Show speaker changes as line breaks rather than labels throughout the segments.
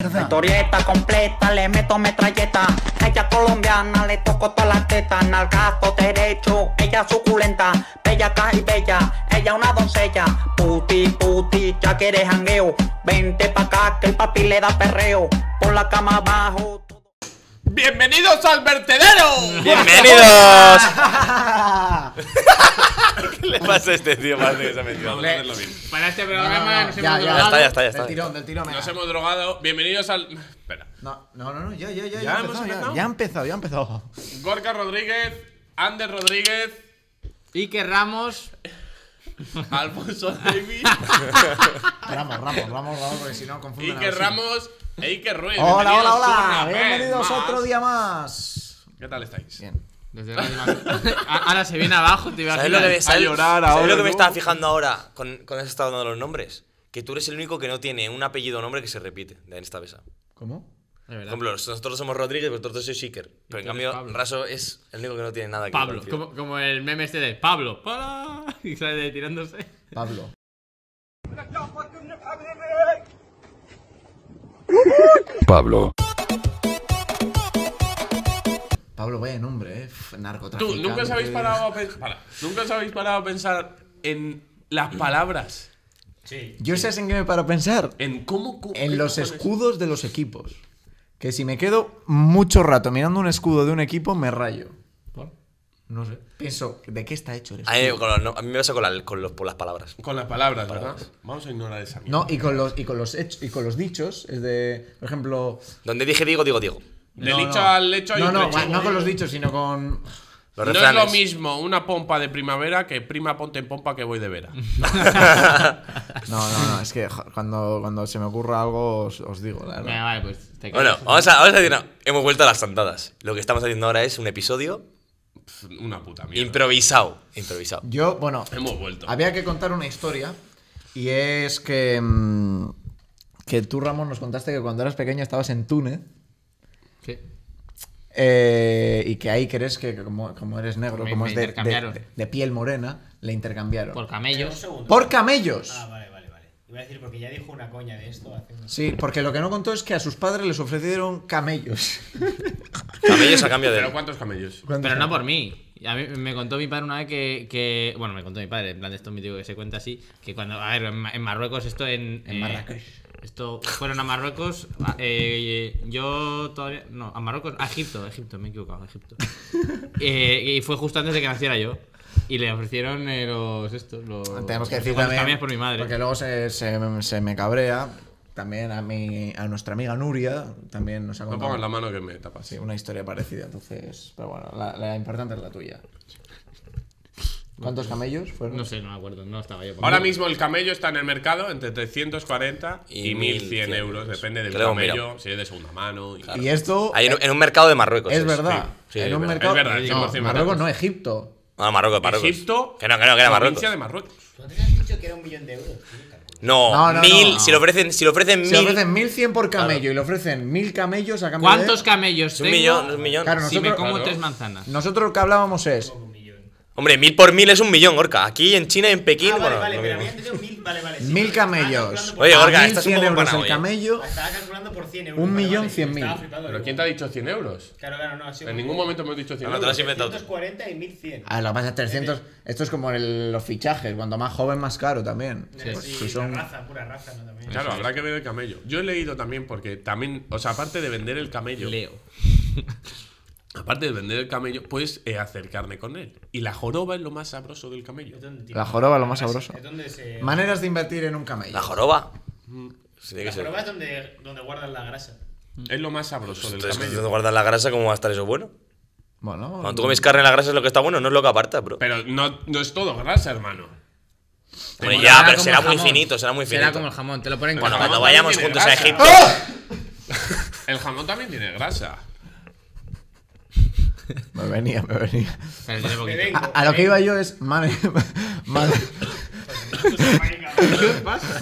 La historieta completa, le meto metralleta. Ella colombiana, le toco todas las tetas. Nalgazo derecho, ella suculenta. Bella caja y bella, ella una doncella. Puti, puti, ya que eres jangueo. Vente pa' acá que el papi le da perreo. Por la cama abajo.
¡Bienvenidos al vertedero!
¡Bienvenidos! ¿Qué le pasa a este tío? Parece que se ha metido.
Vamos a hacerlo bien.
Para este
No, no,
programa
no,
nos
Ah, ya,
hemos
ya.
Ah, Ya
drogado.
está, ya está, ya está.
Del tirón, del tirón. venga.
Nos hemos drogado. Bienvenidos al. Espera.
No, no, no, no, ya, ya, ya.
¿Ya
Ya,
hemos
empezado, ya,
empezado?
ya ha empezado, ya ha empezado.
Gorka Rodríguez, Ander Rodríguez,
Iker Ramos.
Alfonso David,
Ramos, Ramos, Ramos, Ramos, porque si no confunden. a
Iker
los-
Ramos e Iker Ruiz.
Hola, hola, hola.
una vez
Bienvenidos
más.
otro día más.
¿Qué tal estáis?
Bien.
Desde la misma- A- Ahora se viene abajo, te imaginas.
¿Sabes lo que, me- sabes-
llorar
sabes
ahora,
lo que me
¿no?
estaba fijando ahora con, con ese estado de los nombres? Que tú eres el único que no tiene un apellido o nombre que se repite de esta mesa.
¿Cómo?
De
Por
verdad.
ejemplo, nosotros somos Rodríguez, vosotros sois Iker. Pero en
tú eres
cambio,
Pablo.
Raso es el único que no tiene nada que
Pablo,
parecido.
como, como el meme este de Pablo. ¡Para! Y sale de tirándose.
Pablo.
Pablo,
Pablo, vaya nombre, eh. F- Narcotraficante.
Tú, nunca os habéis parado a pensar. Nunca os habéis parado a pensar en las palabras.
Yo sé en qué me paro a pensar.
En cómo. cu- qué
En los
cojones-
escudos de los equipos. Que si me quedo mucho rato mirando un escudo de un equipo, me rayo. No sé. Pienso, ¿de qué está hecho el
A
escudo?
mí, con los no- a mí me pasa con, la- con los- por las palabras.
Con las palabras, ¿verdad? Vamos a ignorar esa mierda.
No, y con los, y con los hechos, y con los dichos, es de, por ejemplo.
Donde dije digo, digo, digo.
Del
no,
hecho
no.
al hecho hay
No,
un
no,
trecho.
no con los dichos, sino con.
Los
no es
refranes.
lo mismo una pompa de primavera que prima ponte en pompa que voy de vera.
No, no, no, es que joder, cuando, cuando se me ocurra algo os, os digo, la
Venga,
verdad.
vale, pues te
Bueno,
callas.
vamos a, vamos a decir, no, hemos vuelto a las santadas. Lo que estamos haciendo ahora es un episodio
Pff, una puta mierda.
improvisado. Improvisado.
Yo, bueno,
Hemos vuelto.
había que contar una historia y es que. mm, que tú, Ramón, nos contaste que cuando eras pequeño estabas en Túnez.
Sí.
eh, y que ahí crees que, que como, como eres negro,
Me-
como
me
es de, de-
intercambiaron.
de- de piel morena, le intercambiaron.
Por
Por,
Un
camellos.
segundo.
camellos.
Ah, vale, vale, vale. Iba a decir porque ya dijo una coña de esto hace unos...
Sí, porque lo que no contó es que a sus padres les ofrecieron camellos.
Camellos a cambio de.
¿Pero cuántos camellos?
Pero no por mí. A mí me contó mi padre una vez que, que- Bueno, me contó mi padre, en plan de esto mítico que se cuenta así. Que cuando. A ver, en, Ma- en Marruecos, esto en. eh,
En Marrakech.
Esto fueron a Marruecos. a- eh, yo todavía. No, a Marruecos. A Egipto, Egipto, me he equivocado, Egipto. Eh, y fue justo antes de que naciera yo. Y le ofrecieron eh, los. Estos, los.
Ah, Tenemos que
los
decir
cuantos
también,
camellos por mi madre.
Porque luego se, se- se me cabrea. También a, mi, a nuestra amiga Nuria también nos ha
No
contado
pongas la mano que me tapas.
sí, una historia parecida. Entonces, pero bueno, la, la importante es la tuya. ¿Cuántos camellos fueron?
No sé, no me acuerdo, no estaba yo.
Ahora mismo el camello está en el mercado entre 340 y,
Y
1100
1.100
euros.
euros.
Depende del
Que luego
camello,
miramos.
si es de segunda mano. y-
Claro.
Y esto
Ahí en, un- en un mercado de Marruecos.
es
Sí,
verdad.
sí,
en
Pues es
un
verdad.
Es
mercado.
verdad,
no,
100%
Marruecos,
verdad.
no, Egipto.
No, Marruecos, Marruecos.
Egipto,
Que no, que no, que era Marruecos.
provincia de Marruecos.
Tú antes has dicho que era un millón de euros, tío, calculo.
No,
No, no,
mil.
no.
Si le ofrecen, si le ofrecen
Se
mil.
ofrecen 1100 por camello y le ofrecen 1000 camellos a cambio
¿Cuántos
de-
camellos
es
tengo?
un millón, es un millón.
Claro, no-
Si me
¿eh? Nosotros-
como
Claro.
tres manzanas.
Nosotros lo que hablábamos es.
Un millón.
Hombre, mil por mil es un millón, Gorka. Aquí en China y en Pekín,
Ah, vale,
bueno,
vale,
lo
pero
mismo.
había entendido mil, vale, vale. sí,
Mil
porque estaba
camellos.
calculando por-
Oye,
a
Gorka, estás
1100
un poco
euros
empanado,
el
¿eh?
camello.
Estaba calculando por 100 euros.
Mm. Un
vale,
millón
vale,
cien mil.
estaba flipando,
¿Pero
digo,
quién te ha dicho 100 euros?
Claro, claro, no, ha sido
En
un-
ningún momento hemos dicho 100
No, no, te lo has
euros.
inventado.
340 y 1100.
A ver, Ah, lo que pasa es 300. Esto es como el- los fichajes. Cuanto más joven, más caro también.
Sí,
Pues
sí,
si son-
la raza, pura raza, ¿no? También.
Claro, habrá que ver el camello. Yo he leído también porque también, o sea, aparte de vender el camello,
Leo.
aparte de vender el camello, puedes eh, hacer carne con él. Y la joroba es lo más sabroso del camello.
Es donde tiene-
La joroba es lo más
es-
sabroso.
Es donde se...
Maneras de invertir en un camello.
La joroba. Sí, tiene
La
que ser.
joroba es donde, donde guardan la grasa.
Es lo más sabroso del
Pues Entonces, si
camello.
no guardas la grasa, ¿cómo va a estar eso bueno?
Bueno,
Cuando tú comes carne, la grasa es lo que está bueno, no es lo que aparta, bro.
Pero no, no es todo grasa, hermano.
Hombre,
Será
Pues ya, pero
como
será
el
muy
jamón.
finito, será muy
Será
finito.
como el jamón, te lo ponen
Bueno,
con
cuando
jamón
vayamos
también
juntos a
tiene
Egipto.
El jamón también tiene grasa.
Me venía, me venía.
Pero tiene
Me
poquito.
vengo.
A, a lo que iba yo es. mane- mane-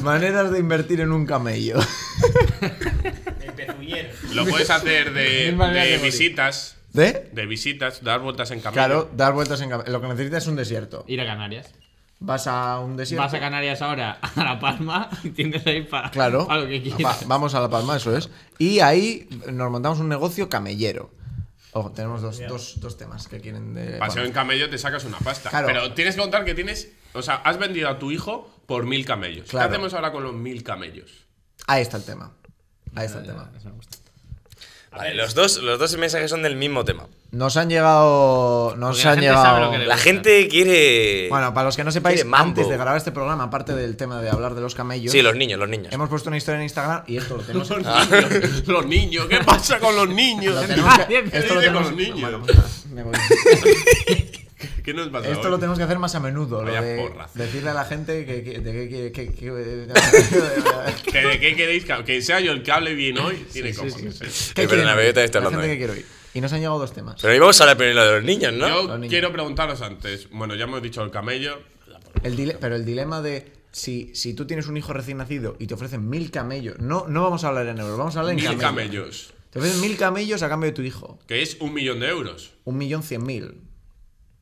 maneras de invertir en un camello.
El pezuñero.
Lo puedes hacer de,
Mil maneras
de
de morir.
visitas.
¿De?
De visitas, dar vueltas en camello.
Claro, dar vueltas en camello. Lo que necesitas es un desierto.
Ir a Canarias.
Vas a un desierto.
Vas a Canarias ahora, a La Palma, y tienes ahí para
Claro.
lo que
Va-
quieras.
vamos a La Palma, eso es. Y ahí nos montamos un negocio camellero. Ojo, tenemos dos, dos- dos temas que quieren de.
Paseo en
bueno,
camello te sacas una pasta.
Claro.
Pero tienes que contar que tienes. O sea, has vendido a tu hijo por mil camellos.
Claro.
¿Qué hacemos ahora con los mil camellos?
ahí está el tema. Ahí está el tema.
Eso me gusta.
Vale, los dos, los dos mensajes son del mismo tema.
Nos han llegado. Nos
Porque la
han
gente sabe
llegado.
lo que le-
La gente quiere.
Bueno, para los que no sepáis,
Quiere mambo.
antes de grabar este programa, aparte del tema de hablar de los camellos,
sí, los niños, los niños.
hemos puesto una historia en Instagram y esto lo tenemos.
Los niños. los niños. ¿Qué pasa con los niños?
lo tenemos que-
bien, bien,
esto lo
dice con
tenemos-
los niños.
bueno, pues, me voy.
¿Qué nos pasa?
Esto
hoy?
lo tenemos que hacer más a menudo, lo
Vaya
de
porra.
decirle a la gente que, que- de qué quiere- que- que-
¿Que ¿De qué queréis? que- Que sea yo el que hable bien hoy. Tiene
sí,
cojones,
sí.
eh.
¿Qué
Eh,
quieren
perdona,
oír?
pero yo también estoy hablando,
La gente
eh.
que quiere oír. Y nos han llegado dos temas.
Pero íbamos a hablar primero de los niños, ¿no?
Yo
niños.
quiero preguntaros antes. Bueno, ya hemos dicho el camello.
El dile- pero el dilema de si, si tú tienes un hijo recién nacido y te ofrecen mil camellos, no, no vamos a hablar en euros, vamos a hablar en
Mil
camellos.
camellos.
Te ofrecen mil camellos a cambio de tu hijo.
Que es un millón de euros.
Un millón cien mil.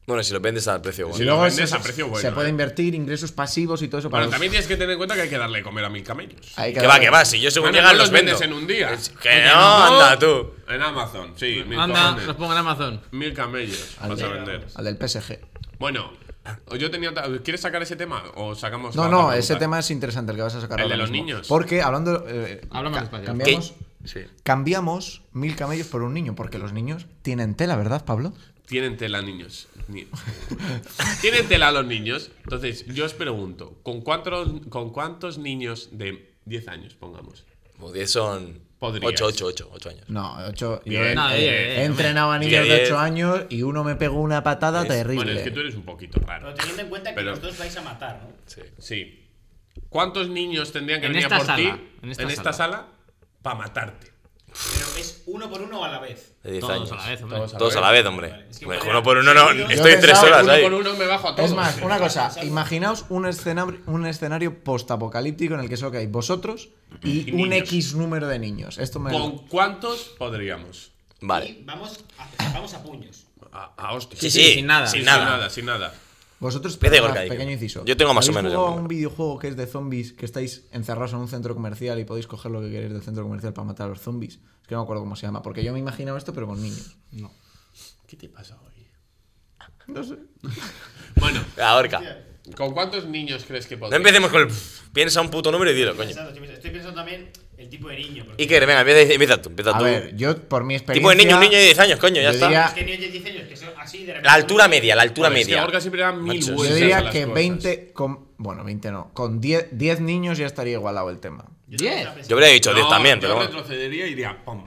Bueno, si los vendes al precio bueno.
Si luego vendes
eso
a precio bueno.
se puede
eh.
invertir ingresos pasivos y todo eso para
Bueno,
los-
también tienes que tener en cuenta que hay que darle de comer a mil camellos.
Hay
Que va, que va, si yo según
Bueno,
llegan
no
los vendo.
vendes en un día.
Es- Que no, anda tú.
En Amazon, sí. mil
Anda,
cojones.
los pongo en Amazon.
Mil camellos
Al
vas a
de-
vender.
Al del PSG.
Bueno, yo tenía. ta- ¿Quieres sacar ese tema o sacamos.?
No,
la
no,
otra
ese
pregunta?
tema es interesante el que vas a sacar
¿El
ahora
de los
mismo.
niños?
Porque hablando. eh,
Habla más
ca-
despacio.
Cambiamos.
Sí.
Cambiamos mil camellos por un niño, porque los niños tienen tela, ¿verdad, Pablo?
Tienen tela, niños. Ni- Tienen tela los niños. Entonces, yo os pregunto: ¿con cuántos, con cuántos niños de 10 años, pongamos?
Como 10 son.
Podrías.
8, 8, 8, 8 años.
No, ocho. yo
Bien.
he-
No,
he-
bien,
he
bien,
entrenado a niños
Bien,
de
bien.
8 años y uno me pegó una patada terrible.
Bueno, es que tú eres un poquito raro.
Pero teniendo en cuenta que
Pero-
los dos vais a matar, ¿no?
Sí.
Sí. ¿Cuántos niños tendrían que
En
venir a
esta
por ti
sala, en esta
sala, para matarte?
Pero es uno por uno a la vez.
De 10
Todos
años.
a la vez, hombre.
Todos a la
Todos a la vez, hombre.
Vale, es que
Me dijo,
podría-
uno por uno, no.
Yo
Estoy tres
pensaba,
horas
uno
ahí.
por uno me bajo a todos.
Es más, una cosa, imaginaos un escenario, un escenario postapocalíptico en el que solo caéis vosotros y,
Y
un
niños.
X número de niños. Esto me.
¿Con cuántos podríamos?
Vale.
Y vamos a, vamos a puños.
A, a hostias.
Sí,
sí,
sí.
sin nada.
Sin,
Sin
nada.
nada.
sin nada.
Vosotros,
Vete,
perdona,
Gorka, ahí.
pequeño inciso.
Yo tengo más o
¿Habéis
menos ya,
jugado a
pero-
un videojuego que es de zombies que estáis encerrados en un centro comercial y podéis coger lo que queréis del centro comercial para matar a los zombies. Es que no me acuerdo cómo se llama, porque yo me imaginaba esto, pero con niños.
¿Qué te pasa hoy?
No sé.
Bueno,
La horca.
¿con cuántos niños crees que
No
podríamos?
empecemos con el. Piensa un puto número y dilo, coño.
Pensando, estoy pensando- estoy pensando también el tipo de niño. porque-
Iker, venga, empieza, empieza tú. Empieza
A
tú.
ver, yo por mi experiencia.
tipo de niño, un niño de 10 años, coño, ya
yo
está.
diría-
Es que niños de 10 años, que son así de repente-
La altura media, la altura
Joder, es que
media.
Gorka siempre da mil
Macho,
vueltas
Yo
a
diría
las
que
cosas.
20 con. Bueno, 20 no. Con 10, 10 niños ya estaría igualado el tema.
Yo también estaba
Yo
pensando-
habría dicho 10
No,
también,
yo
pero bueno.
retrocedería y diría pum.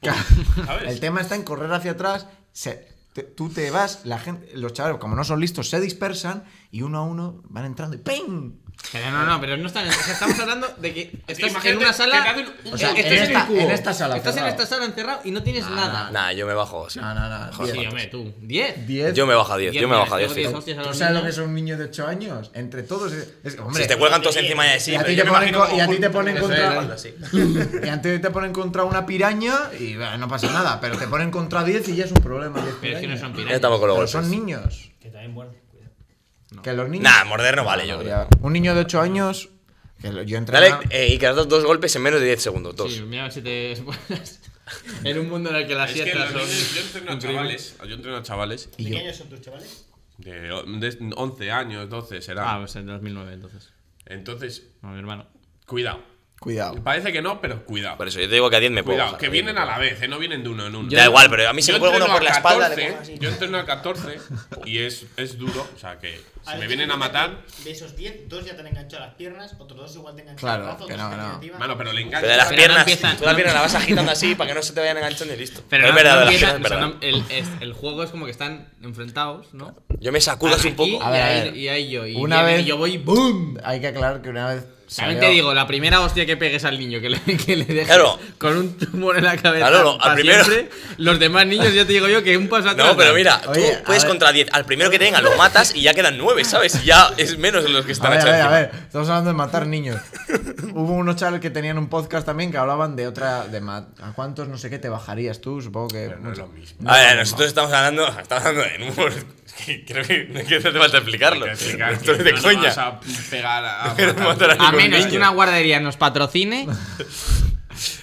¿Sabes?
El tema está en correr hacia atrás. se- te- tú te vas, la gente, los chavales, como no son listos, se dispersan y uno a uno van entrando y ¡ping!
Pero no, no, pero no están. o sea, estamos hablando de que estás
Imagínate
en una
que te
sala.
hacen un-
O sea,
eh,
en
estás un
esta-
cubo.
en esta sala
Estás en
encerrado.
esta sala encerrado y no tienes nada.
Nah, yo me bajo. sí.
No, no, no.
Sí, hombre, tú. ¿Diez?
10.
Yo me bajo a 10, yo me bajo a
tienes,
10.
tengo
fijo.
hostias a
Eh, ¿Tú
los
sabes lo que
niños.
son niños de 8 años? Entre todos. Es, es- hombre,
Si te cuelgan todos encima de
y
sí.
a ti
pero
te
yo me
ponen,
imagino
co- y a ti te ponen
como
contra.
Sí.
Y a ti te ponen contra una piraña y bueno, no pasa nada. Pero te ponen contra 10 y ya es un problema. 10
Pero es que no
pirañas.
son
Ya
pirañas.
estamos con los
Pero
golpes.
son niños.
Que también bueno, cuidado.
Que los niños.
Nah, morder no vale, yo
No,
creo.
ya. Un niño de 8 años. Que lo- yo entré.
Dale, eh, y quedas dos golpes en menos de 10 segundos. Dos.
Sí, mira si te En un mundo en el que las
Es que
siestas
los
son.
niños- yo entreno a chavales, yo entreno a chavales
¿De qué años son tus chavales?
de, o- de 11 años, 12 será.
Ah, pues en 2009 entonces.
Entonces,
No, mi hermano.
cuidado.
Cuidado.
Parece que no, pero cuidado.
Por eso yo te digo que a 10 me puedo.
Cuidado,
bajar,
que
a 10
vienen
me
a
puedo
la vez, ¿eh? no vienen de uno en uno.
Da igual, pero a mí se
Yo
me cuelga uno
entreno
por
a
la espalda, le
14,
cojo así.
Yo entreno a 14 y es, es duro, o sea que si
Ahora,
me
ten
vienen
en
a
cuenta
matar.
que De esos 10, dos ya te han enganchado las piernas, otros dos igual te enganchan
Claro,
el brazo,
que
otros
no,
te
no.
enganchan encima.
Mano, pero le
Pero de
engancha.
las
Pero no
piernas,
empiezan-
tú la pierna la vas agitando así para que no se te vayan enganchando y listo.
Pero
No,
no,
es verdad,
no
de las
empiezan-
piernas es
o sea,
verdad.
no- el, es- el juego es como que están enfrentados, ¿no?
Yo me sacudo así un
Aquí
poco.
A ver,
y
a
ahí-
ver.
Y ahí yo. Y,
Una
viene
vez-
y yo voy ¡boom!
Hay que aclarar que una vez
También
Salió.
te digo, la primera hostia que pegues al niño que le, que le dejes
Claro.
con un tumor en la cabeza
Claro, no, al
pa'
primero.
siempre, los demás niños ya te digo yo que un paso atrás.
No, pero
dan.
mira, tú
Oye, a
puedes
ver.
contra 10. Al primero que tengan lo matas y ya quedan 9, ¿sabes? Y ya es menos los que
A
están
ver, a
echados
ver, a
encima.
ver, estamos hablando de matar niños. Hubo unos chavales que tenían un podcast también que hablaban de otra, de ma- a cuántos no sé qué te bajarías tú, supongo que...
Pero no es
mucho.
lo mismo.
A ver, Ah, nosotros estamos hablando, estamos hablando de números. Es que Creo que no que no hace falta explicarlo.
Hay que explicar
Esto es
que
de
no nos
coña.
vas a pegar a- a
Pero
matar.
matar a
A
ningún
Ah, menos que
niño.
una guardería nos patrocine,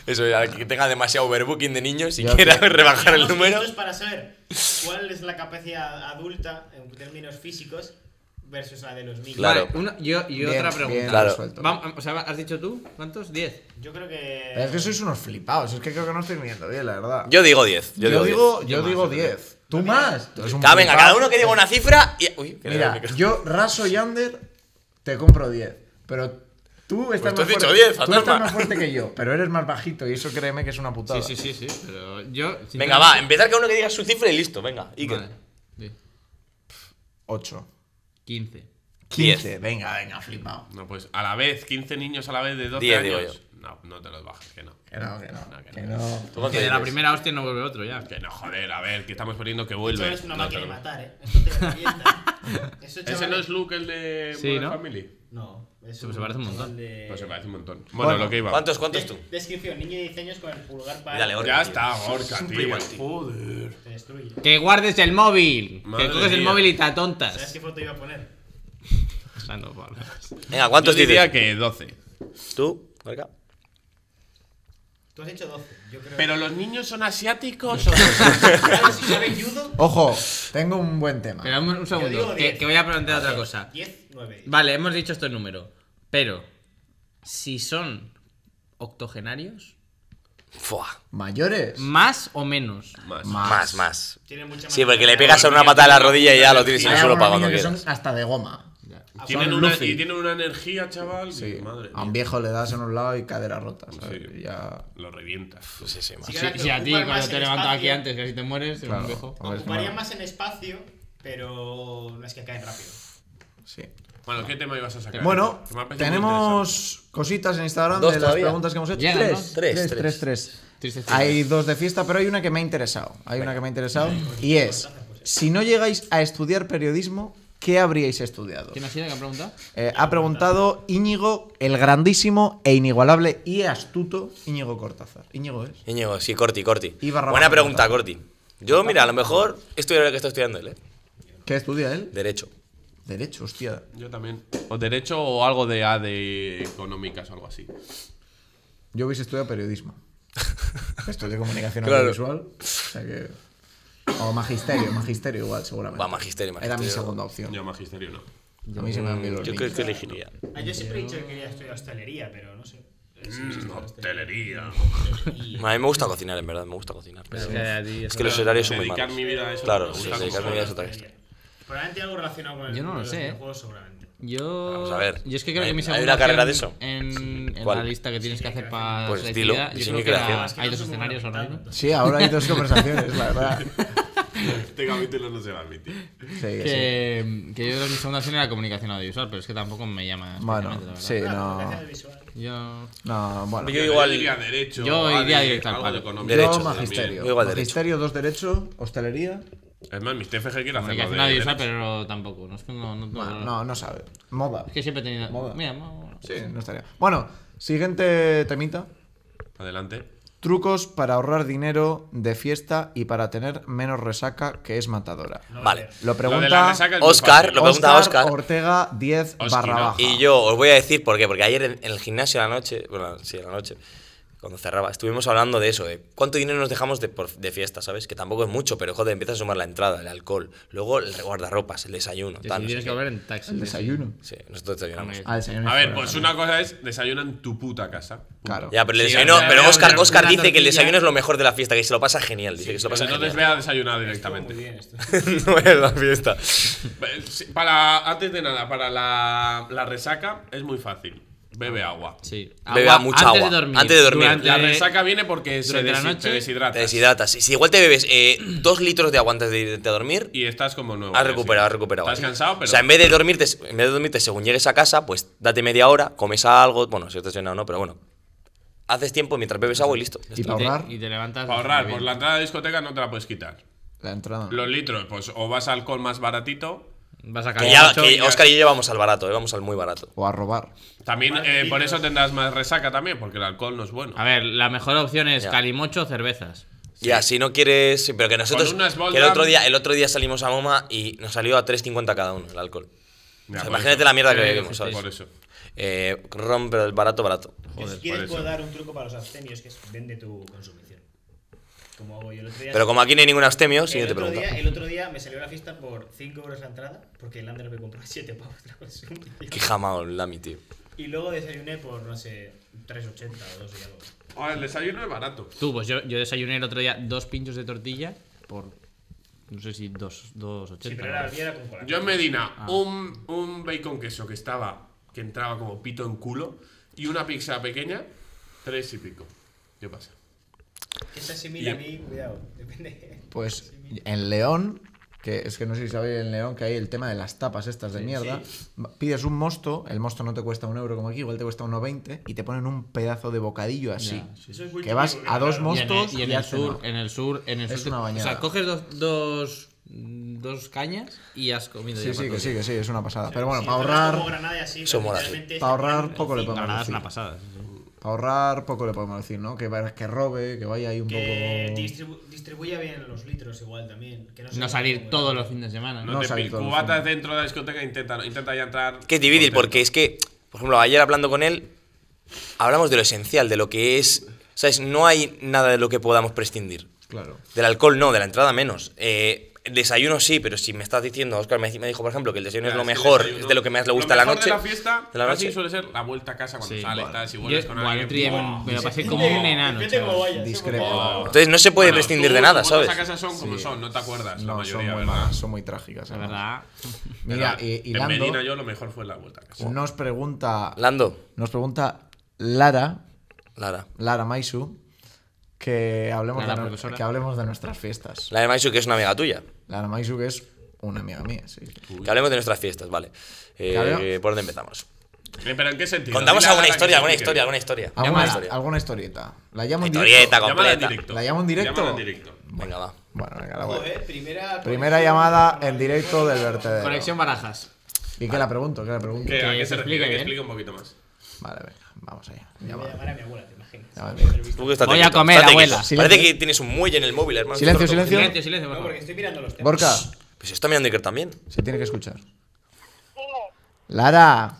Eso, ya, que tenga demasiado overbooking de niños y
Ya,
quiera rebajar el
Digamos que
número.
Esto es para saber cuál es la capacidad adulta en términos físicos versus la de los niños.
Claro.
Vale, una- yo- y
Bien,
otra
bien
pregunta.
Claro.
resuelto.
Vam- o sea, ¿has dicho tú? ¿Cuántos? ¿Diez?
Yo creo que.
Pero es que sois unos flipados, es que creo que no estoy midiendo bien, la verdad.
Yo digo 10. Yo, digo, 10.
digo,
Yo
yo
más,
digo
yo creo.
10. ¿Tú más? Tú eres un
Cada, venga,
flipado.
cada uno que diga una cifra y. Uy, que le da el
Mira,
micro.
yo, Raso y Ander, te compro 10. Pero tú estás,
Pues tú
más,
has dicho
fuerte,
10,
tú estás
fantasma.
más fuerte que yo, pero eres más bajito y eso créeme que es una putada.
Sí, sí, sí, sí. Pero yo.
Venga, va, empezar cada uno que diga su cifra y listo, venga. Iker.
Vale. Sí.
8.
15.
15. Venga, venga, flipado.
No, pues a la vez, 15 niños a la vez de 12
Diez, digo
años. No, no te los bajes, que no.
Que no, que no.
que
Que
no.
no.
¿Tú cuánto
Que de la
dices?
primera hostia no vuelve otro ya.
Que no, joder, a ver, que estamos poniendo que
Esto
vuelve.
es una
No te
máquina de
lo-
matar, ¿eh? Esto te revienta. Eso,
Ese
chaval-
no es Luke, el de
Sí,
Modern
¿no?
Family.
No, es
Se me parece un montón.
chaval de-
Pues se parece un montón. Bueno, lo que iba.
¿Cuántos, cuántos tú?
De- Descripción: niño de 10 años con el pulgar para.
Dale, Gorka,
Ya
tío.
está, Gorka,
un
tío.
playboy, tío.
Joder.
Te destruye.
Que guardes el móvil.
Madre
que coges el
mía.
móvil y te
¿Sabes
atontas.
qué foto iba a poner?
Santo palabras.
Venga, ¿cuántos
Yo diría
dices?
que 12.
¿Tú? Gorka.
Tú has hecho 12. Yo creo
Pero
que.
los niños son asiáticos o no son?
¿Sabes si saben judo?
Ojo, tengo un buen tema.
Pero un, un
Yo digo
segundo, que,
diez.
que voy a plantear otra cosa.
10, 9.
Vale, hemos dicho este número. Pero, si son octogenarios,
Fua.
¿Mayores?
más o menos.
Más.
Más, más.
Tiene mucha más.
Sí, porque le pegas a una pata a la rodilla y ya lo tienes en
Hay
el suelo para
algunos
cuando
niños que
quieras.
son hasta de goma.
Tienen
Son
una,
Luffy.
y tienen una energía, chaval.
Sí.
Madre
A un
mía.
viejo le das en un lado y cadera rota. ¿sabes?
Sí.
Y Ya...
Lo Pues revientas.
Sí, sí, más.
Sí, Claro,
Si,
que
si a ti,
ocupan
cuando
más
te
el
levantas aquí
espacio.
antes, casi te mueres, eres
Claro.
un viejo.
A ver, es
Ocuparían
normal.
más en espacio, pero no es que caen rápido.
Sí.
Bueno, ¿qué tema ibas a sacar?
Bueno,
Que me ha parecido muy
tenemos cositas en Instagram
Dos
de
todavía.
las preguntas que hemos hecho.
Llegan,
tres,
Tres,
¿no?
tres,
tres.
tres, tres.
Tristes fiestas.
Hay dos de fiesta, pero hay una que me ha interesado. Hay una que me ha interesado y es: si no llegáis a estudiar periodismo, ¿qué habríais estudiado?
¿Quién ha sido que ha preguntado?
Eh, ha preguntado Íñigo, el grandísimo e inigualable y astuto Íñigo Cortázar. Íñigo es.
Íñigo, sí, Corti, Corti.
Y barra
Buena
baja,
pregunta,
barra.
Corti. Yo, mira, a lo mejor estudiar lo que está estudiando él, ¿eh?
¿Qué estudia él?
Derecho.
Derecho, hostia.
interesante. Yo también. O derecho o algo de A de económicas o algo así.
Yo hubiese estudiado periodismo. Estudié comunicación
Claro.
audiovisual. O, sea que- o magisterio, magisterio igual, seguramente.
Va, magisterio,
Era mi
magisterio.
segunda opción.
Yo magisterio no.
A mí se me han ido los
Mm, Yo creo
niños.
que elegiría.
Ah, yo siempre he dicho que quería estudiar hostelería, pero no sé.
Mm, hostelería.
Y-
A mí me gusta cocinar, en verdad, me gusta cocinar. pero- Es que
lo
los horarios son muy
Dedicar
malos.
mi vida a eso.
Claro,
me
sí,
gusta
dedicar mi
como-
vida es otra historia.
Probablemente algo relacionado con el
Yo no
mundo
lo
de
sé,
los
eh.
videojuegos, seguramente.
Yo.
Vamos a ver.
Yo es que creo
Hay-
que mi
hay
segunda.
una carrera de
opción
eso.
En, en
¿Cuál?
la lista que tienes que hacer para.
Pues
la
estilo,
identidad, yo
diseño y
creo que era-
Ah,
creación.
Ah, hay dos escenarios ahora mismo.
Sí, ahora hay dos conversaciones, la verdad.
Este capítulo no se va a admitir.
Sí, que
Que, que yo creo que mi segunda opción era comunicación audiovisual, pero es que tampoco me llama.
sí. Bueno,
especialmente, la verdad.
sí, no.
Comunicación visual.
Yo.
No, bueno.
Yo igual-
iría a derecho.
Yo
a
iría
de-
directo al
algo
palo.
de económico
Derecho
Yo
también.
magisterio.
Yo igual derecho.
magisterio, dos derecho, hostelería.
Es más, mis TFG quiere hacerlo.
Comunicación
de
audiovisual,
derecho.
pero tampoco. No es que no. no, no-
Bueno, no, no sabe. Moda.
Es que siempre he tenido.
Moda.
Mira, mo-
Sí, no estaría. Bueno, siguiente temita.
Adelante.
Trucos para ahorrar dinero de fiesta y para tener menos resaca que es matadora.
Vale.
Lo
Lo de la
pregunta
resaca es muy
Oscar,
fácil.
lo pregunta
Óscar
Oscar.
Ortega 10
Oski,
barra
¿no?
baja.
Y yo os voy a decir por qué, porque ayer en, en el gimnasio a la noche, bueno, sí, a la noche, cuando cerraba, estuvimos hablando de eso, de cuánto dinero nos dejamos de, por- de fiesta, ¿sabes? Que tampoco es mucho, pero joder, empiezas a sumar la entrada, el alcohol, luego el guardarropas, el desayuno,
que
tal.
si
no sé
tienes que
qué.
volver en taxi.
El desayuno.
Sí, nosotros desayunamos.
Hombre.
Ah, desayuno
A
es
ver,
fuera,
pues
¿no?
una cosa es desayuna en tu puta casa. punto.
Claro.
Ya, pero el
Sí,
desayuno,
hombre,
pero
hombre,
Oscar,
hombre,
Oscar
una
dice que el
tortilla.
desayuno es lo mejor de la fiesta, que se lo pasa genial, dice que se lo
Pues
pasa
entonces
genial.
ve a desayunar directamente.
Muy bien, esto.
no es la fiesta.
Eh, sí, Para, antes de nada, para la, la resaca es muy fácil. Bebe agua.
Sí.
Beba mucha
antes
agua,
De dormir,
antes de dormir.
Durante-
La resaca viene porque se
durante la
desi-
noche
te deshidratas.
Te deshidratas. Si igual te bebes eh, dos litros de agua antes de irte a dormir,
Y estás como nuevo.
has
así.
recuperado, has recuperado.
Estás cansado, pero.
O sea, en vez de dormirte, en vez de dormirte según llegues a casa, pues date media hora, comes algo, bueno, si estás llenado o no, pero bueno. Haces tiempo mientras bebes agua y listo.
Y
y,
para ahorrar,
te, y te levantas.
para ahorrar, por
bastante
la entrada a la discoteca no te la puedes quitar.
la entrada.
Los litros, pues o vas a alcohol más baratito.
bien. Vas a
Que
cagar.
ya,
mucho.
que
ya-
Oscar y yo llevamos al barato, eh, vamos al muy barato.
O a robar.
También
Más
eh, por
litros.
eso tendrás más resaca también, porque el alcohol no es bueno.
A ver, la mejor opción es
Ya.
calimocho o cervezas.
Ya, si no quieres. sí, Pero que nosotros.
unas
que el otro,
Boldam-
día, el otro día salimos a Moma y nos salió a 3.50 cada uno el alcohol. O
Mira,
sea,
por
imagínate
eso.
la mierda que
Sí,
bebimos,
sí,
¿sabes?
Por eso.
Eh, ron, pero el barato, barato.
Que
Joder,
si quieres
por
puedo
eso.
dar un truco para los abstenios, que es vende tu consumición. Como hago yo el otro día.
Pero como aquí no hay ningún abstemio,
el,
siguiente
otro
pregunta.
día, el otro día me salió la fiesta por 5 euros la entrada, porque el Lander me compró 7 pavos la consumición.
Qué jamao, el Lami, tío.
Y luego desayuné por, no sé, 3,80 o 2 y algo.
A ver, el desayuno es barato.
Tú, pues yo, yo desayuné el otro día dos pinchos de tortilla por. No sé si dos, dos
Sí,
ochenta.
pero era, era con cola.
Yo en Medina, un, un bacon queso que estaba, que entraba como pito en culo, y una pizza pequeña, tres y pico. ¿Qué pasa?
Que se asimila
Y-
a mí, cuidado, depende.
Pues en León, que es que no sé si sabéis en León que hay el tema de las tapas estas de mierda. Pides un mosto, el mosto no te cuesta un euro como aquí, igual te cuesta 1,20 y te ponen un pedazo de bocadillo así.
Eso es muy
Que vas
típico,
a dos
claro.
Y en el,
mostos
y en el sur, en el sur, en el
Es
sur. te-
una
o sea,
bañada.
coges dos, dos, dos cañas y has comido
Sí,
ya
sí,
para
que
todo
sí,
el día.
que sí, es una pasada. Pero
Sí,
bueno, para
además como
ahorrar,
Granada y así,
Eso mola,
literalmente
este
para
está
ahorrar
plan-
poco le podemos
Granada es
decir.
una pasada. sí, sí.
Para ahorrar poco le podemos decir, ¿no? Que, va- que robe, que vaya ahí un
Que
poco...
distribu- distribuya bien los litros igual también. Que no, se
No
vaya
salir
como-
todos los fines de semana.
No,
No
te
salí
pil-
todo el
cubatas
fin.
dentro de la discoteca, intenta, intenta ya entrar.
Que es difícil,
contento.
porque es que, por ejemplo, ayer hablando con él, hablamos de lo esencial, de lo que es. ¿Sabes? No hay nada de lo que podamos prescindir.
Claro.
Del alcohol no, de la entrada menos. Eh, el desayuno sí, pero si me estás diciendo, Oscar me, me dijo, por ejemplo, que el desayuno
Claro,
es lo
que el
mejor,
desayuno-
es de lo que más le gusta
lo
a la
mejor
noche.
De la fiesta,
de la
casi
noche.
suele ser la vuelta a casa cuando
Sí,
sales,
bueno.
tal, si vuelves
Yo-
con
bueno,
alguien.
otro día
¡buah!
me lo pasé
Depende-
como un enano.
depende cómo
chaval.
vayas, ¿eh?
Discrepo.
Porque-
¡buah!
Entonces no se puede
Bueno,
prescindir
tú-
de nada,
tú
¿sabes?
Las casas son como son, no te acuerdas la
No, son
mayoría,
muy
¿verdad?
malas, son muy trágicas.
La
además.
verdad.
Mira,
Pero
eh,
en
hilando,
Medina yo lo mejor fue la vuelta a casa.
nos pregunta,
Lando,
nos pregunta Lara,
Lara.
Lara Maisu, que hablemos,
Lara,
de,
profesora.
nu- que hablemos de nuestras fiestas.
Lara de Maisu, que es una amiga tuya.
Lara Maisu, que es una amiga mía, sí.
Que hablemos de nuestras fiestas, vale. Eh,
Claro.
¿Por dónde empezamos?
Eh, ¿Pero en qué sentido?
Contamos
Dile a Lara
alguna
que
historia,
se
alguna
pique.
historia, alguna historia.
¿Alguna,
historia.
alguna historieta? ¿La llamo en directo?
Historieta
Llámala en
completa.
directo.
¿La llamo en directo?
Llámala en directo.
Venga, va.
Bueno, venga, la voy.
Joder, ¿eh? primera.
Primera llamada en directo del vertedero.
Conexión Barajas.
¿Y qué la pregunto? ¿Qué la pregunto?
Que, a
Que
que
se
se
explique
refiere, que
bien.
explique un poquito más.
Vale, venga, vamos allá.
Voy a
Ya va.
llamar a mi abuela, te imaginas.
Ya vale.
Tú que estás
Voy a
quieto,
comer,
estate
abuela.
quieto.
Silencio.
Parece que tienes un muelle en el móvil, hermano.
Silencio,
Todo el rato.
silencio.
Silencio, silencio, por
No, porque
favor.
estoy mirando los temas.
Borca,
Pues está mirando Iker también.
se tiene que escuchar.
Dime,
¡Lara!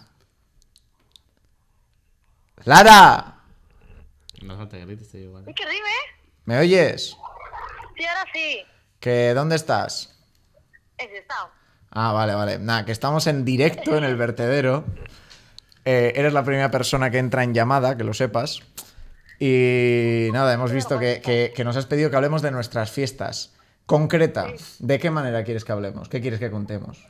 ¡Lara!
No falta que grites, te digo, ¿vale?
uy, que dime.
¿Me oyes?
Sí, ahora sí.
¿Que dónde estás?
Es estado.
Ah, vale, vale. Nada, que estamos en directo en el vertedero. Eh, eres la primera persona que entra en llamada, que lo sepas. Y nada, hemos visto que, que- que nos has pedido que hablemos de nuestras fiestas. Concreta, ¿de qué manera quieres que hablemos? ¿Qué quieres que contemos?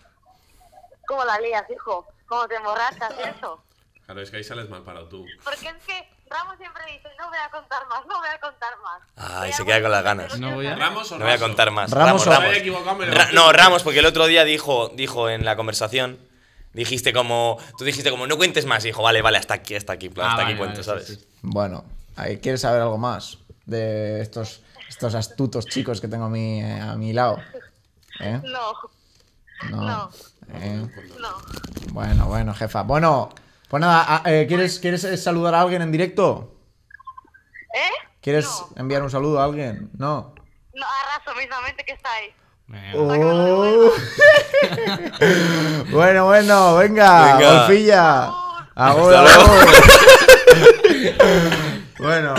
¿Cómo la lías, hijo? ¿Cómo te emborrachas y eso?
Claro, es que ahí sales mal parado tú.
Porque es que Ramos siempre dice, no voy a contar más, no voy a contar más.
Ay,
Voy
se
a-
queda con las ganas.
No voy a.
¿Ramos o
No voy a
Raso?
contar más.
Ramos
Ramos,
o-
Ramos.
Me he equivocado, me lo
Ra-
imagino.
no, Ramos, porque el otro día dijo, dijo en la conversación, dijiste como, tú dijiste como, no cuentes más, y dijo, vale, vale, hasta aquí, hasta aquí, en plan,
Ah,
hasta
vale,
aquí cuento,
vale,
¿sabes?
sí,
Bueno, ahí, ¿quieres saber algo más de estos, estos astutos chicos que tengo a mi, eh, a mi lado? ¿Eh?
No, No.
Eh,
no.
Bueno, bueno, jefa. Bueno, pues nada, ah, eh, ¿quieres, ¿quieres eh, saludar a alguien en directo?
¿Eh?
¿Quieres
No,
enviar un saludo a alguien? No.
no arraso mismamente que está ahí.
Venga.
Oh. bueno, bueno, venga,
Venga.
golfilla. Agur,
Hasta luego.
agur. bueno,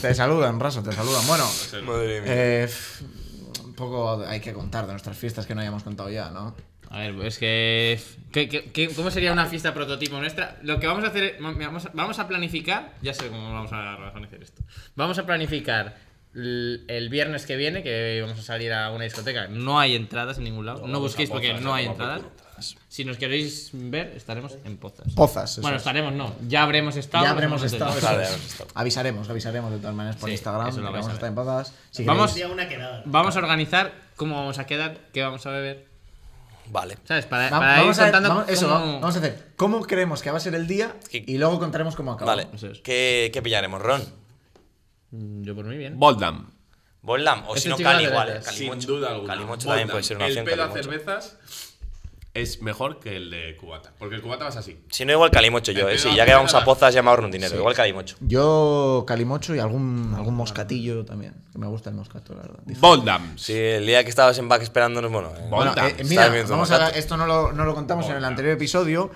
te saludan, Raso, te saludan. Bueno,
Madre mía.
eh, f- un poco hay que contar de nuestras fiestas que no hayamos contado ya, ¿no?
A ver, pues que. ¿qué- qué- qué- cómo sería una fiesta prototipo nuestra? Lo que vamos a hacer es. Vamos a, vamos a planificar. Ya sé cómo vamos a organizar esto. Vamos a planificar l- el viernes que viene, que vamos a salir a una discoteca, no hay entradas en ningún lado. No, busquéis porque no hay entradas. Si nos queréis ver, estaremos en Pozas.
Pozas, eso
Bueno,
es.
estaremos, no. Ya habremos estado.
ya habremos
nos
estado.
hemos
eso
Vale,
es.
habremos estado.
Avisaremos, avisaremos de todas maneras por
Sí,
Instagram.
eso lo
que
vais
vamos
a
a estar
ver.
en patadas. Si
Vamos-
queréis-
Sería una quedada.
Vamos a organizar cómo vamos a quedar, qué vamos a beber.
Vale.
¿Sabes? Para,
va-
para
vamos
ir
a ver-
contando.
vamos- eso,
cómo-
va- vamos a hacer. ¿Cómo creemos que va a ser el día?
Sí.
Y luego contaremos cómo acaba.
Vale.
Eso es.
¿Qué, qué pillaremos? ¿Ron?
Mm, Yo por mí bien.
Boldam.
¿Boldam? O
Ese
si no,
chico de
Cali
las
igual.
letras.
Sin
Calimocho.
duda alguna. Boldam.
Calimocho también puede ser una
El
opción.
pelo a
calimocho.
cervezas es mejor que el de cubata. Porque el cubata vas así.
Si no, igual Calimocho yo,
El pelo
eh. Sí,
a
ya que vamos a
cervezas.
pozas, ya me ahorro un dinero. Igual Calimocho.
Yo calimocho y algún, algún moscatillo también. Que me gusta el moscato, la verdad.
Boldam.
Sí, el día que estabas en back esperándonos, bueno. eh,
Bueno,
Bueno,
Bonta.
eh, mira,
Está bien,
vamos
Bonta.
a, esto no lo, no lo contamos en el
Bonta.
anterior episodio.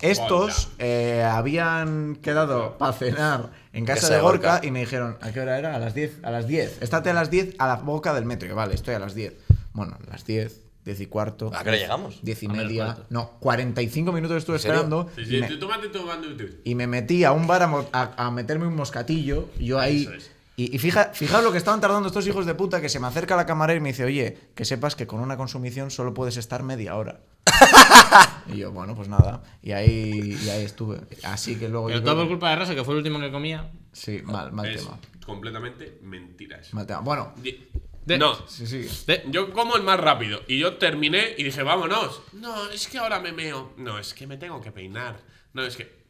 Estos eh, habían quedado para cenar en casa, de Gorka, y me dijeron, ¿a qué hora era? A las 10. A las 10. Estate a las 10 a la boca del metro. Y yo, vale, estoy a las 10. Bueno, a las 10, 10 y cuarto.
¿A qué hora llegamos?
10 y
A menos
media.
cuarto.
No, 45 minutos estuve
serio?
esperando.
Sí,
y
sí,
me-
tú tómate tu bando y tú.
y me metí a un bar a, mo- a- a meterme un moscatillo. Yo ahí.
Eso es.
Y, y fija, fijaos lo que estaban tardando estos hijos de puta que se me acerca la camarera y me dice, oye, que sepas que con una consumición solo puedes estar media hora. y yo, bueno, pues nada. Y ahí, y ahí estuve. Así que luego.
Pero
yo
todo
creo
por culpa de Rosa, que fue el último que comía.
que- Sí, mal, mal
Es
tema.
completamente mentiras.
Mal tema. Bueno,
De-
No,
sí, sí.
De-
yo como el más rápido. Y yo terminé y dije, vámonos. No, es que ahora me meo. No, es que me tengo que peinar. No, es que.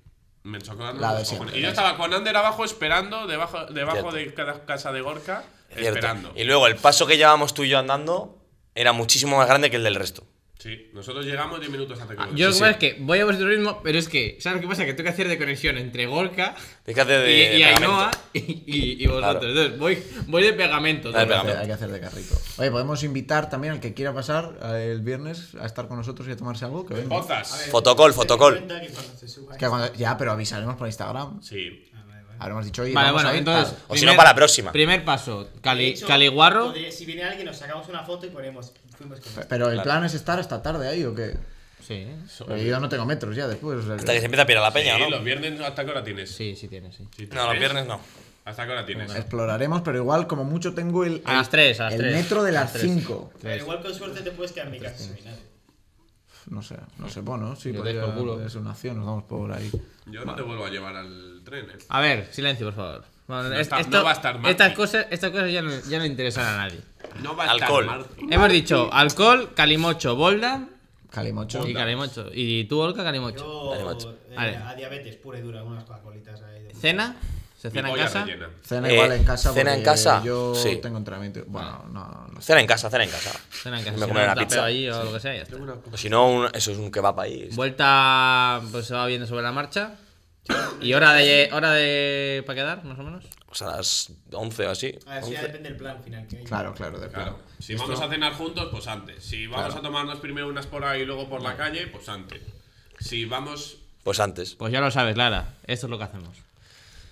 Me chocó dando
La
los
de siempre,
cojones. Y
la
yo
de
estaba con Ander abajo esperando, debajo, debajo
Cierto.
de cada casa de Gorka,
Cierto.
esperando.
Y luego el paso que llevábamos tú y yo andando era muchísimo más grande que el del resto.
Sí, nosotros llegamos 10 minutos antes que vosotros.
Ah, Yo lo que pasa es que voy a vuestro ritmo, pero es que, ¿sabes lo que pasa? Que tengo que hacer de conexión entre Gorka
Tienes que hacer de-
y, y
de pegamento.
¿eh?
Ainhoa y, y- y vosotros.
Claro.
Entonces, voy, voy de pegamento.
Dale,
todo.
Hay que hacer-
pegamento.
Hay que hacer de carrito. Oye, podemos invitar también al que quiera pasar eh, el viernes a estar con nosotros y a tomarse algo. Que venga.
Pozas.
Fotocol, fotocol.
Cuenta que cuando se suba
Que cuando- ya, pero avisaremos por Instagram.
Sí.
Habremos dicho, oye,
Vale,
vamos
bueno,
a ir,
entonces.
tal.
O si no, para la próxima.
Primer paso,
De
cali,
hecho,
Caliguarro.
podría- si viene alguien, nos sacamos una foto y ponemos. Fuimos con
Pero el plan es estar hasta tarde ahí o qué?
Sí, ¿eh?
Porque yo no tengo metros ya después. o sea que-
Hasta que se empieza a pirar la peña,
Sí,
¿no?
Eh, los viernes hasta qué hora tienes.
sí, sí tiene, sí.
Sí,
No, los
¿ves?
viernes no.
¿Hasta qué hora tienes?
Exploraremos, pero igual como mucho tengo el,
A las tres, a las
el
tres.
metro de
A las
las
tres.
5.
Pero igual con suerte te puedes quedar en mi casa. sin nada.
No sé, no sé, bueno, sí,
Yo
podría-
dejo el culo.
podría ser una acción, nos vamos por ahí.
Yo no te vuelvo a llevar al tren, ¿eh?
A ver, silencio, por favor. Bueno,
No
es-
está- no va a estar Marty.
estas cosas, estas cosas ya, no, ya no interesan a nadie.
No va a estar
Alcohol.
Marci.
Hemos dicho alcohol, calimocho, bolda
Calimocho.
y calimocho. Y tú, Olca, calimocho.
Yo, eh,
Vale.
a diabetes pura y dura, unas coca-colitas ahí. de-
Cena, se
Mi
cena en
polla
casa.
rellena.
Cena
Eh,
igual en casa.
cena en
porque
casa,
Yo
sí.
tengo entrenamiento. Bueno, no, no.
Cena en casa, cena en casa.
Cena en casa.
Me
si
comeré una
no, un tapeo
pizza.
allí o lo que sea, ya está.
O si no, un- eso es un kebab ahí.
Vuelta, pues se va viendo sobre la marcha. Y hora de hora de para quedar, más o menos.
O sea, a las 11 o así.
A ver, eso
11.
ya Ah, depende del plan final que hay.
Claro, claro, de
Claro.
plano.
Si vamos a cenar juntos, pues antes. Si vamos a tomarnos primero unas por ahí y luego por la calle, pues antes. Si vamos.
Pues antes.
Pues ya lo sabes, Lara. Esto es lo que hacemos.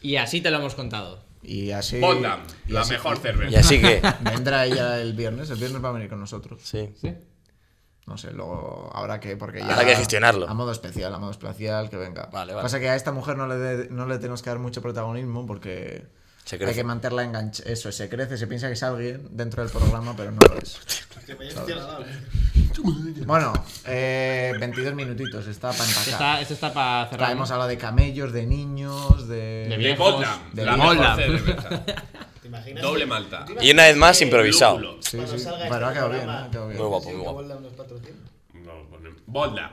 Y así te lo hemos contado.
Y así.
Bondam,
y
la
así-
mejor
Y
cerveza.
así que.
Vendrá ella el viernes, el viernes va a venir con nosotros.
Sí.
No sé, luego habrá que, porque ya.
Habrá que gestionarlo.
A modo especial, a modo especial, que venga.
Vale, vale.
Pasa que a esta mujer no le, de- no le tenemos que dar mucho protagonismo porque.
Se
Hay
crece.
que mantenerla enganchada. Eso, se crece, se piensa que es alguien dentro del programa, pero no lo es.
Que me hayas tirado, ¿no?
Bueno, eh, 22 minutitos, está para
Esto
empacar.
está, esto está para cerrar.
Claro,
¿no?
hemos hablado de camellos, de niños, de.
De
De
viejos,
Boldam,
de
la
Boldam.
mejor cerveza.
¿Te imaginas?
Doble malta.
Y una vez más, improvisado.
Lúpulo.
Sí,
Cuando
sí.
salga
Bueno,
este
ha quedado bien,
programa-
¿eh? Ha quedado bien.
Muy guapo,
Sí,
muy
que
guapo.
Boldam nos patrocina.
No, ponemos- Boldam.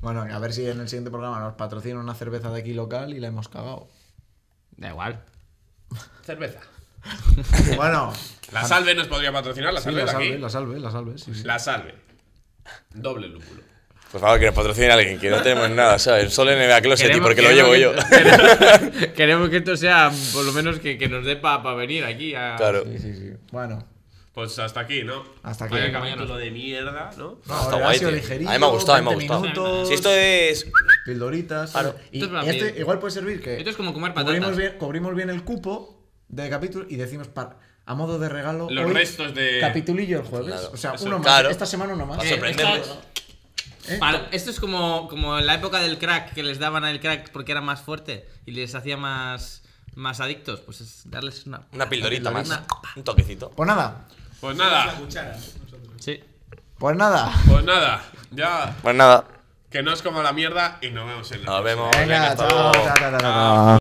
Bueno, a ver si en el siguiente programa nos patrocina una cerveza de aquí local y la hemos cagado.
Da igual.
Cerveza.
Bueno,
La salve nos podría patrocinar, la
sí,
salve
la
de aquí.
salve, la salve, la salve. sí, sí.
La salve. Doble lúpulo.
Por favor, que nos patrocine alguien, que no tenemos nada, ¿sabes? Solo en el closet y porque lo llevo
queremos
yo.
que- Queremos, que esto sea, por lo menos, que, que nos dé para venir aquí. A...
Claro.
Sí, sí, sí. Bueno,
Pues hasta aquí, ¿no?
Hasta aquí.
Vaya
Venga,
capítulo de mierda, ¿no?
no,
Está
ahora
guay,
ha sido
tío.
ligerito,
A mí me ha gustado, a mí me ha
20
gustado.
minutos,
Si esto es.
Pildoritas.
Claro.
Y
Esto es para
y este
bien.
igual puede servir que.
Esto es como comer patatas.
cubrimos bien, cubrimos bien el cupo de capítulo y decimos para, a modo de regalo
Los
hoy,
restos de-
capitulillo el jueves.
Claro,
o sea,
eso,
uno más.
claro.
Esta semana uno más.
Para
Eh,
sorprenderles.
esta- para- esto es como, como en la época del crack, que les daban al crack porque era más fuerte y les hacía más, más adictos, pues es darles una.
Una pildorita más.
Una-
Un toquecito.
Pues nada,
Pues
La
nada,
cuchara. nosotros.
Sí.
pues nada.
pues nada. Ya.
Pues nada.
Que no os como la mierda y nos vemos en la
Nos
próxima.
vemos.
Venga,
hasta
chao,
luego.
chao, chao, chao, chao.